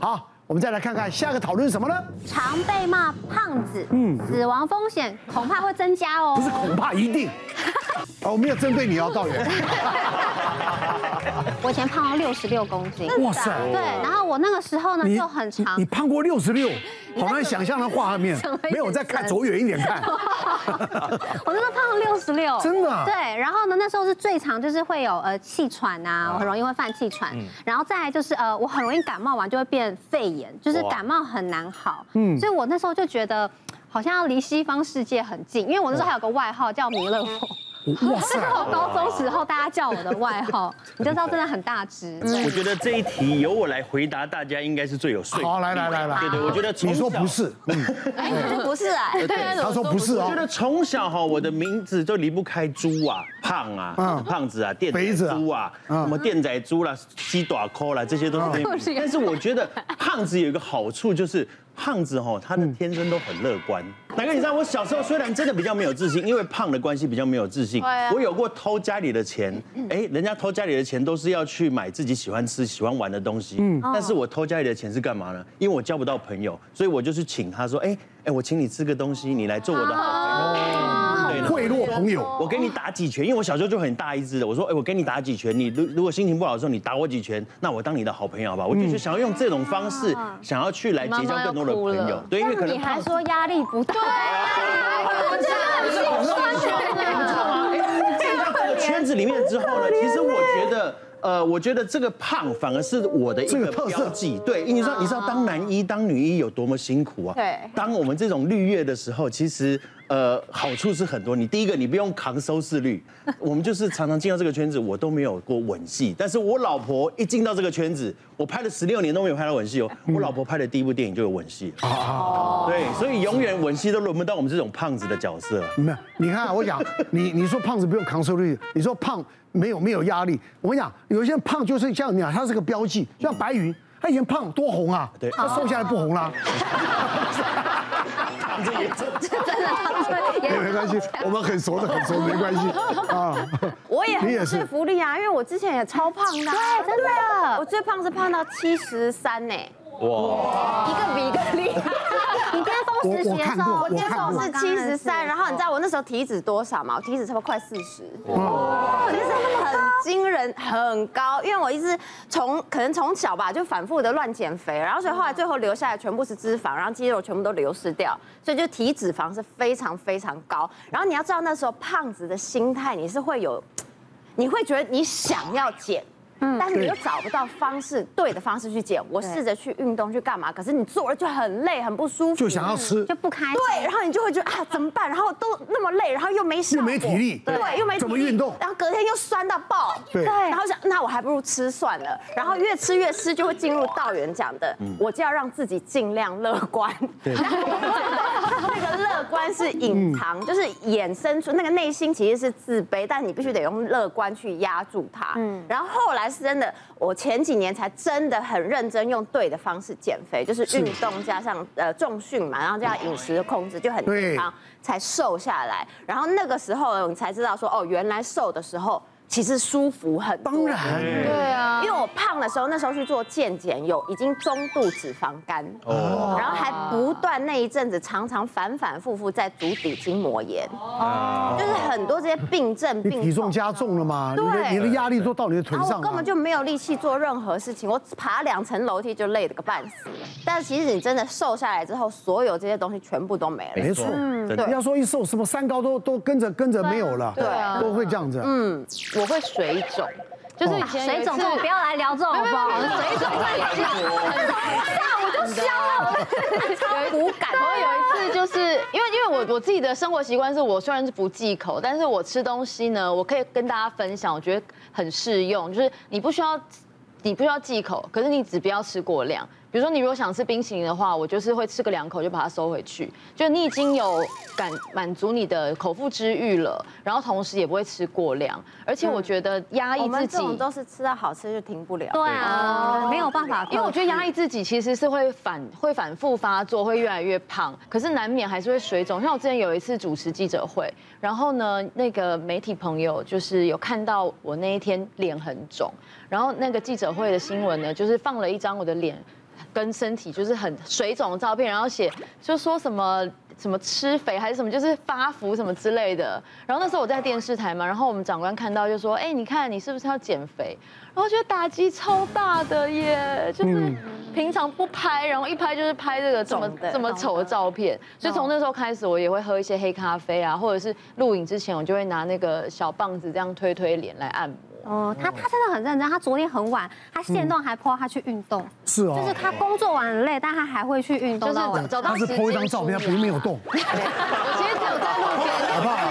好，我们再来看看下个讨论什么呢？常被骂胖子，嗯，死亡风险恐怕会增加哦。不是恐怕一定。 哦，我没有针对你哦，道远。我以前胖到六十六公斤，哇塞对，然后我 那个时候呢你就很长你，胖过六十 六，好难想象的画面什么意。思没有，我再看走远一点 看。我真的胖六十六，真的啊对，然后呢，那时候是最常就是会有呃气喘啊，我很容易会犯气喘，嗯然后再来就是呃我很容易感冒完就会变肺炎，就是哇感冒很难好。嗯，所以我那时候就觉得好像要离西方世界很近，因为我那时候还有个外号叫弥勒佛。哇这塞是！我高中时候大家叫我的外号，你就知道真的很大只。嗯我觉得这一题由我来回答，大家应该是最有说服。 好，来来来来，对对，我觉得从你说小不是，哎，这不是哎，对他说不是我哦觉，得从小哈，我的名字就离不开猪啊、胖啊嗯、胖子啊、电肥仔子啊猪啊、嗯什么电仔猪啦、西短扣啦，这些都是又是一对。个但是我觉得胖子有一个好处就是。胖子哈，他的天生都很乐观。哪个你知道，我小时候虽然真的比较没有自信，因为胖的关系比较没有自信对啊。我有过偷家里的钱，嗯哎，人家偷家里的钱都是要去买自己喜欢吃、喜欢玩的东西。嗯，哦但是我偷家里的钱是干嘛呢？因为我交不到朋友，所以我就去请他说，哎哎，我请你吃个东西，你来做我的好朋友。哦对了贿赂朋友。我给你打几拳，因为我小时候就很大一只的。我说，哎、我给你打几拳，你如如果心情不好的时候，你打我几拳，那我当你的好朋友好吧？我就是想要用这种方式，想要去来结交更多的朋啊妈友妈要哭了。对，因为可能你还胖子说压力不大？哎进到这个圈子里面之后呢，其实我觉得。呃，我觉得这个胖反而是我的一这个个特色标记。对，你知道，你知道当男一、当女一有多么辛苦啊？对当我们这种绿叶的时候，其实呃好处是很多。你第一个，你不用扛收视率。 我们就是常常进到这个圈子，我都没有过吻戏，但是我老婆一进到这个圈子，我拍了十六年都没有拍到吻戏哦。我老婆拍的第一部电影就有吻戏了。对，所以永远吻戏都轮不到我们这种胖子的角色。没有，你看啊，我讲 你，你说胖子不用扛收率，你说胖没有没有压力。我跟你讲，有一些人胖就是像你讲，他是个标记，像白云，他以前胖多红啊，对他瘦下来不红啦、啊胖子也真没 没 关系，我们很熟的很熟，没关系啊。我也很你也有是说服力啊，因为我之前也超胖的啊，对真的对啊我最胖是胖到七十三呢，哇，一个比一个 厉害。你巅峰时期的时候，我我那时看候过是七十三，然后你知道我那时候体脂多少吗？我体脂差不多快四十，哇，其实很惊人，很高。因为我一直从可能从小吧，就反复的乱减肥，然后所以后来最后留下来全部是脂肪，然后肌肉全部都流失掉，所以就体脂肪是非常非常高。然后你要知道那时候胖子的心态，你是会有，你会觉得你想要减。但是你又找不到方式，对的方式去减。我试着去运动去干嘛，可是你做了就很累，很不舒服，就想要吃就，不开心。对，然后你就会觉得啊，怎么办？然后都那么累，然后又没效又果，没体力对对，又没体力怎么运动然后隔天又酸到爆，对然后想那我还不如吃算了，然后越吃越吃，就会进入道元讲的，我就要让自己尽量乐观。对，那个乐观是隐藏，就是衍生出那个内心其实是自卑，但你必须得用乐观去压住它。嗯，然后后来是真的，我前几年才真的很认真用对的方式减肥，就是运动加上呃重训嘛，然后加上饮食的控制就很对健康。才瘦下来。然后那个时候你才知道说，哦，原来瘦的时候其实舒服很多。当然对啊，因为我胖的时候，那时候去做健检，有已经中度脂肪肝，哦然后还不断那一阵子常常反反复复在足底筋膜炎，就是很多这些病症你病哦体重痛加重了嘛，你的对你的压力都到你的腿然后上啊我根了本。就没有力气做任何事情，我爬两层楼梯就累得个半死。但是其实你真的瘦下来之后，所有这些东西全部都没了。没错，嗯人真的家说一瘦什么三高都都跟着跟着没有了，对啊都会这样子。嗯我会水肿，就是以前有水一肿次这种不要来聊这种好不好？水肿太骨感，啊我有一次就是因为因为我我自己的生活习惯是我虽然是不忌口，但是我吃东西呢，我可以跟大家分享，我觉得很适用，就是你不需要你不需要忌口，可是你只不要吃过量。比如说，你如果想吃冰淇淋的话，我就是会吃个两口就把它收回去，就你已经有感满足你的口腹之欲了，然后同时也不会吃过量，而嗯且我觉得压抑我们自这己，种都是吃到好吃就停不了。对啊，没有办法克制，因为我觉得压抑自己其实是会反会反复发作，会越来越胖，可是难免还是会水肿。像我之前有一次主持记者会，然后呢，那个媒体朋友就是有看到我那一天脸很肿，然后那个记者会的新闻呢，就是放了一张我的脸。跟身体就是很水肿的照片，然后写就说什么什么吃肥还是什么，就是发福什么之类的。然后那时候我在电视台嘛，然后我们长官看到就说：“哎，你看你是不是要减肥？”然后觉得打击超大的耶，就是平常不拍，然后一拍就是拍这个这么懂的这么丑的照片。所以从那时候开始，我也会喝一些黑咖啡啊，或者是录影之前，我就会拿那个小棒子这样推推脸来按摩。哦，他他真的很认真，他昨天很晚，他现动还 po 他去运动，是哦就是他工作完很累，但他还会去运动就是到晚上。找到他是时拍一张间照片，出他不是没有 动，我其实只有在露天好不好？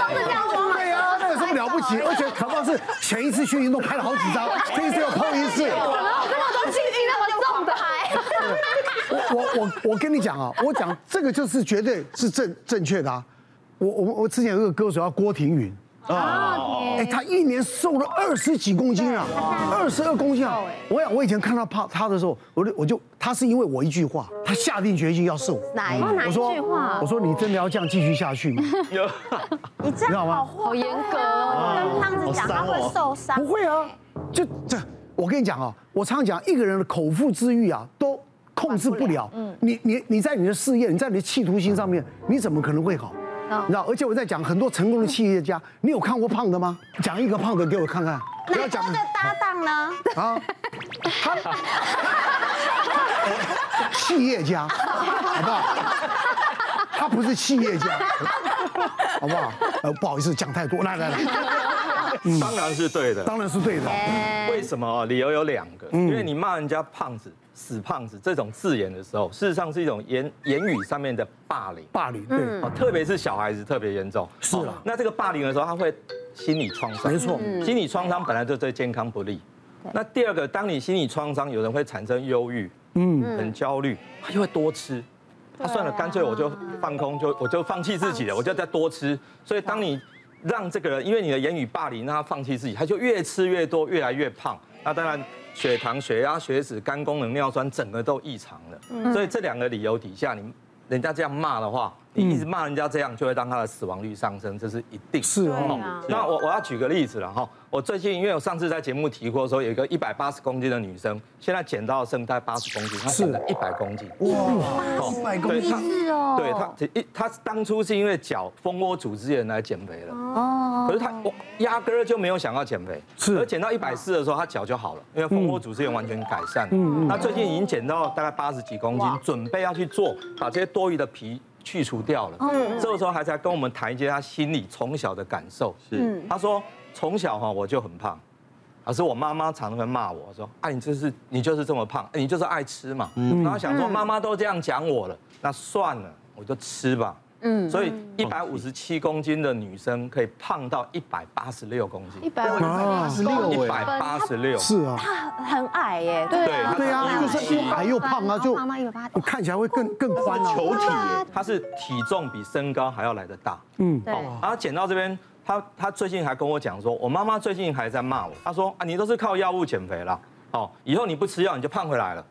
都是这样子吗对啊，那有什么了不起？而且考到是前一次去运动拍了好几 张，这一次又碰一次。我我我我跟你讲啊，我讲这个就是绝对是正正确的啊。我我我之前有个歌手叫郭婷云，哦哎，他一年瘦了二十几公斤啊，二十二公斤啊！我想我以前看到胖他的时候，我就我就他是因为我一句话，他下定决心要瘦。哪一哦哪一我说句话我？说你真的要这样继续下去吗？你这样好好坏，严格哦。跟胖子讲他会受伤。不会啊，就这，我跟你讲啊，我常常讲，一个人的口腹之欲啊，都控制不了。嗯，你你你在你的事业，你在你的企图心上面，你怎么可能会好？你知道？而且我在讲很多成功的企业家，你有看过胖的吗？讲一个胖的给我看看，不要那讲他的搭档呢？啊，他 企业家，好不好？他不是企业 家，好不好？呃，不好意思，讲太多，来来来， 当然是对的。嗯当嗯然是对的。哎为什么哦？理由有两个，因为你骂人家胖子、死胖子这种字眼的时候，事实上是一种言言语上面的霸凌。霸凌，嗯对，哦，特别是小孩子特别严重。嗯是啦哦那这个霸凌的时候，他会心理创伤。没错心理创伤本来就对健康不利。那第二个，当你心理创伤，有人会产生忧郁，嗯，很焦虑，他就会多吃。他算了，干脆我就放空，就我就放弃自己了，我就再多吃。所以当你让这个人因为你的言语霸凌，让他放弃自己，他就越吃越多，越来越胖。那当然，血糖、血压、血脂、肝功能、尿酸，整个都异常了。所以这两个理由底下，你人家这样骂的话，你一直骂人家这样，就会让他的死亡率上升，这是一定。是哦。那我我要举个例子了哈，我最近因为我上次在节目提过说，有一个一百八十公斤的女生，现在减到剩大概八十公斤，她减了一百公斤。啊哇，五百公对斤，她是哦，对他，一他当初是因为脚蜂窝组织炎来减肥了，哦，可是他我压根儿就没有想要减肥，是而减到一百四的时候，他脚就好了，因为蜂窝组织炎完全改善，嗯他最近已经减到大概八十几公斤，准备要去做把这些多余的皮。去除掉了，嗯，这个时候还在跟我们谈一些他心里从小的感受。是，他说从小哈我就很胖，可是啊我妈妈常常骂我说：“啊，你就是你就是这么胖，哎你就是爱吃嘛。”然后想说妈妈都这样讲我了，那算了，我就吃吧。嗯，所以一百五十七公斤的女生可以胖到一百八十六公斤，一百五啊十一百八十六，哎是啊，很矮耶，对对啊，对啊，就是又矮又胖啊，就胖到180你看起来会更更宽啊。球体耶，她是体重比身高还要来得大。嗯，对，然后减到这边，他他最近还跟我讲说，我妈妈最近还在骂我，她说啊，你都是靠药物减肥啦，哦，以后你不吃药你就胖回来了。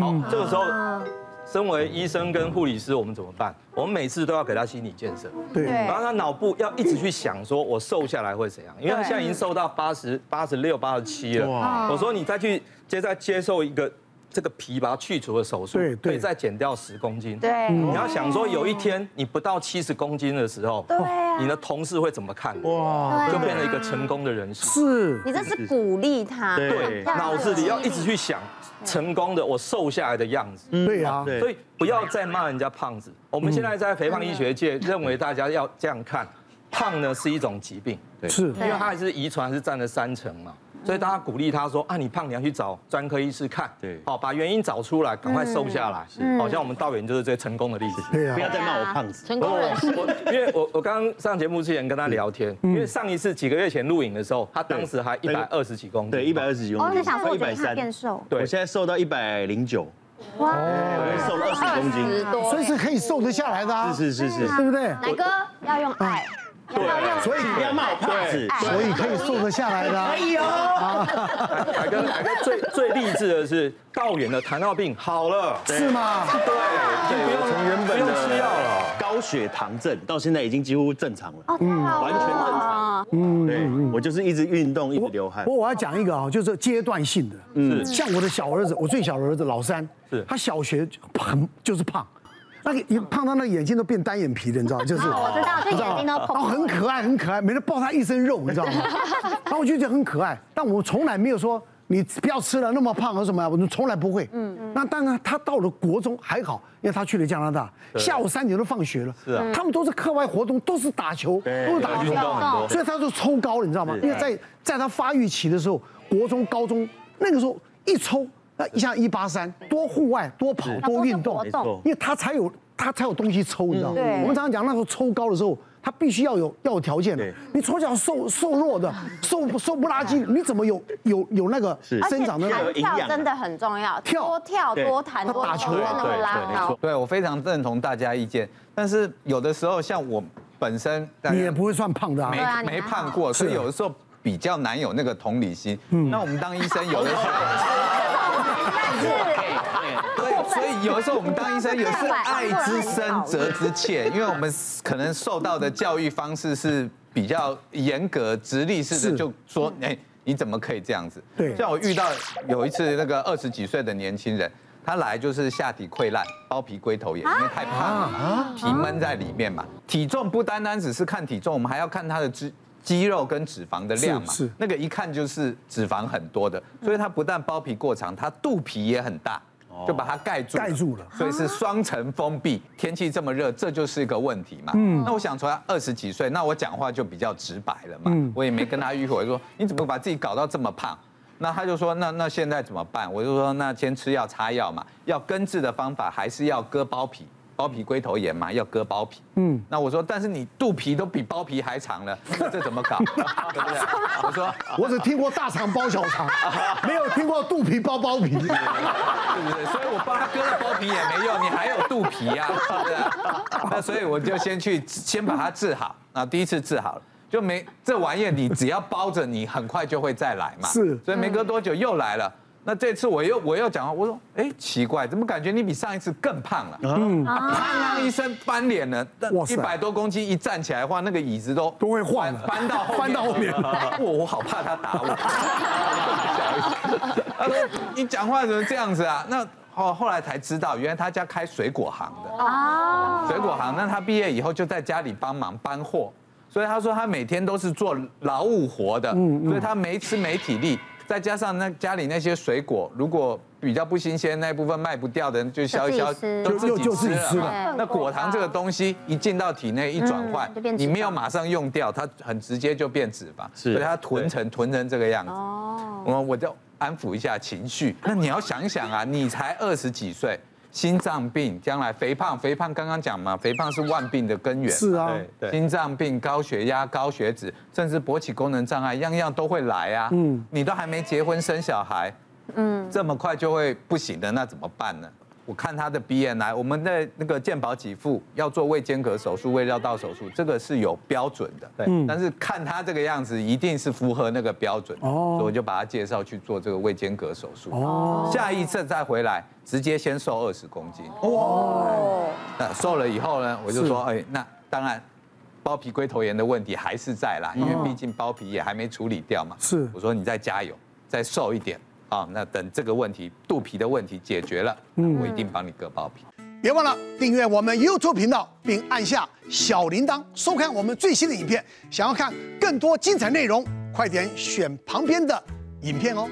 好，这个时候，啊身为医生跟护理师，我们怎么办？我们每次都要给他心理建设，对，然后他脑部要一直去想，说我瘦下来会怎样？因为他现在已经瘦到八十八十六、八十七了。我说你再去接再接受一个这个皮把它去除的手术，对对可以再减掉十公斤。对嗯你要想说有一天你不到七十公斤的时候，对啊你的同事会怎么看？哇，就变成一个成功的人士。是你这是啊鼓励他，对，脑子里要一直去想成功的我瘦下来的样子。对啊，嗯对所以不要再骂人家胖子。我们现在在肥胖医学界嗯认为大家要这样看，胖呢是一种疾病，是因为它还是遗传，还是占了三成嘛。嗯所以大家鼓励他说啊，你胖你要去找专科医师看，对好把原因找出来，赶快瘦下来。好像我们道远就是最成功的例子。嗯对啊不，要再骂我胖子。成功人士我因为我我刚刚上节目之前跟他聊天，嗯因为上一次几个月前录影的时候，他当时还一对百二十几公斤，对，一百二十几我公在斤，想说，我一觉百得他变三，瘦，对我现在瘦到一百零九，哇，我瘦了二十公十斤。多所以是可以瘦得下来的啊，是是是是，对不对？奶哥要用啊爱，所以不要骂我胖子。所以可以瘦得下来的啊，海哥，海哥最最励志的是道远的糖尿病好了，是吗？对，就不用从原本不用吃药了，高高血糖症，到现在已经几乎正常哦了，嗯完全正常。对我就是一直运动，一直流汗不。过我要讲一个啊，就是阶段性的，嗯，像我的小儿子，我最小的儿子老三，是他小学很就是胖，那个一胖到那个眼睛都变单眼皮了，你 知道吗？就是啊我知道，就眼睛都然后碰。很可爱，很可爱，每天抱他一身肉，你知道吗？然后我就觉得很可爱，但我从来没有说你不要吃了那么胖啊什么呀，我从来不会。嗯，那当然他到了国中还好，因为他去了加拿大，下午三点都放学了，是啊他们都是课外活动，都是打球，对都是打运动很多所以他就抽高了，你知道吗？是因为在在他发育期的时候，国中、高中那个时候一抽，那一下一八三，多户外、多跑、啊多运动，没错因为他才有他才有东西抽，你知道吗？对我们常常讲那时候抽高的时候，他必须要有要有条件的对。你从小瘦瘦弱的、瘦瘦不拉几，你怎么有有有那个是生长的那弹个？跳真的很重要，跳多跳对多弹多打球啊动真的会对拉对没高错。对我非常认同大家意见，但是有的时候像我本身，大家你也不会算胖的啊。没、对啊你没还胖好过，所以是嗯有的时候比较难有那个同理心。那我们当医生有的时候，哎 对，所以有的时候我们当医生也是爱之深责之切，因为我们可能受到的教育方式是比较严格、直立式是嗯的，就说哎。你怎么可以这样子？对像我遇到有一次那个二十几岁的年轻人，他来就是下体溃烂、包皮龟头炎，因为太胖啊了，皮闷在里面嘛。体重不单单只是看体重，我们还要看他的脂肌肉跟脂肪的量嘛。是是那个一看就是脂肪很多的，所以他不但包皮过长，他肚皮也很大，就把它盖住盖住了所以是双层封闭。天气这么热，这就是一个问题嘛。那我想从他二十几岁，那我讲话就比较直白了嘛，我也没跟他迂回说你怎么把自己搞到这么胖。那他就说，那那现在怎么办？我就说，那先吃药擦药嘛，要根治的方法还是要割包皮，包皮龟头炎嘛，要割包皮。嗯，那我说，但是你肚皮都比包皮还长了，那这怎么搞？ 对不对？我说，我只听过大肠包小肠，没有听过肚皮包包皮。对不对？所以我帮他割了包皮也没用，你还有肚皮呀、是不是？那所以我就先去先把它治好啊，第一次治好了。就没这玩意儿，你只要包着，你很快就会再来嘛。是所以没隔多久又来了。那这次我又我又讲话，我说，哎，奇怪，怎么感觉你比上一次更胖了？嗯，啪啦一声翻脸了，哇塞一百多公斤一站起来的话，那个椅子都都会晃了翻翻到 后面翻到后面我我好怕他 打我。他说你讲话怎么这样子啊？那后后来才知道，原来他家开水果行的哦水果行。那他毕业以后就在家里帮忙搬货，所以他说他每天都是做劳务活的，嗯所以他没吃没体力。再加上那家里那些水果，如果比较不新鲜，那一部分卖不掉的，就削一就削自己吃，都自就就自己己吃吃了了嘛。那果糖这个东西一进到体内一转换嗯就变，脂肪你没有马上用掉，它很直接就变脂肪，是所以它囤成囤成这个样子。哦我我就安抚一下情绪。那你要想想啊，你才二十几岁，心脏病，将来肥胖，肥胖刚刚讲嘛，肥胖是万病的根源嘛。是啊，对对心脏病、高血压、高血脂，甚至勃起功能障碍，样样都会来啊。嗯，你都还没结婚生小孩，嗯，这么快就会不行的，那怎么办呢？我看他的 BMI，我们的那个健保给付要做胃间隔手术、胃绕道手术，这个是有标准的。对，但是看他这个样子，一定是符合那个标准。哦哦，所以我就把他介绍去做这个胃间隔手术。哦哦，下一次再回来，直接先瘦二十公斤。那瘦了以后呢，我就说，哎，那当然，包皮龟头炎的问题还是在啦，因为毕竟包皮也还没处理掉嘛。是我说你再加油，再瘦一点啊，那等这个问题肚皮的问题解决了，我一定帮你割包皮。别忘了订阅我们 YouTube 频道，并按下小铃铛收看我们最新的影片。想要看更多精彩内容，快点选旁边的影片哦。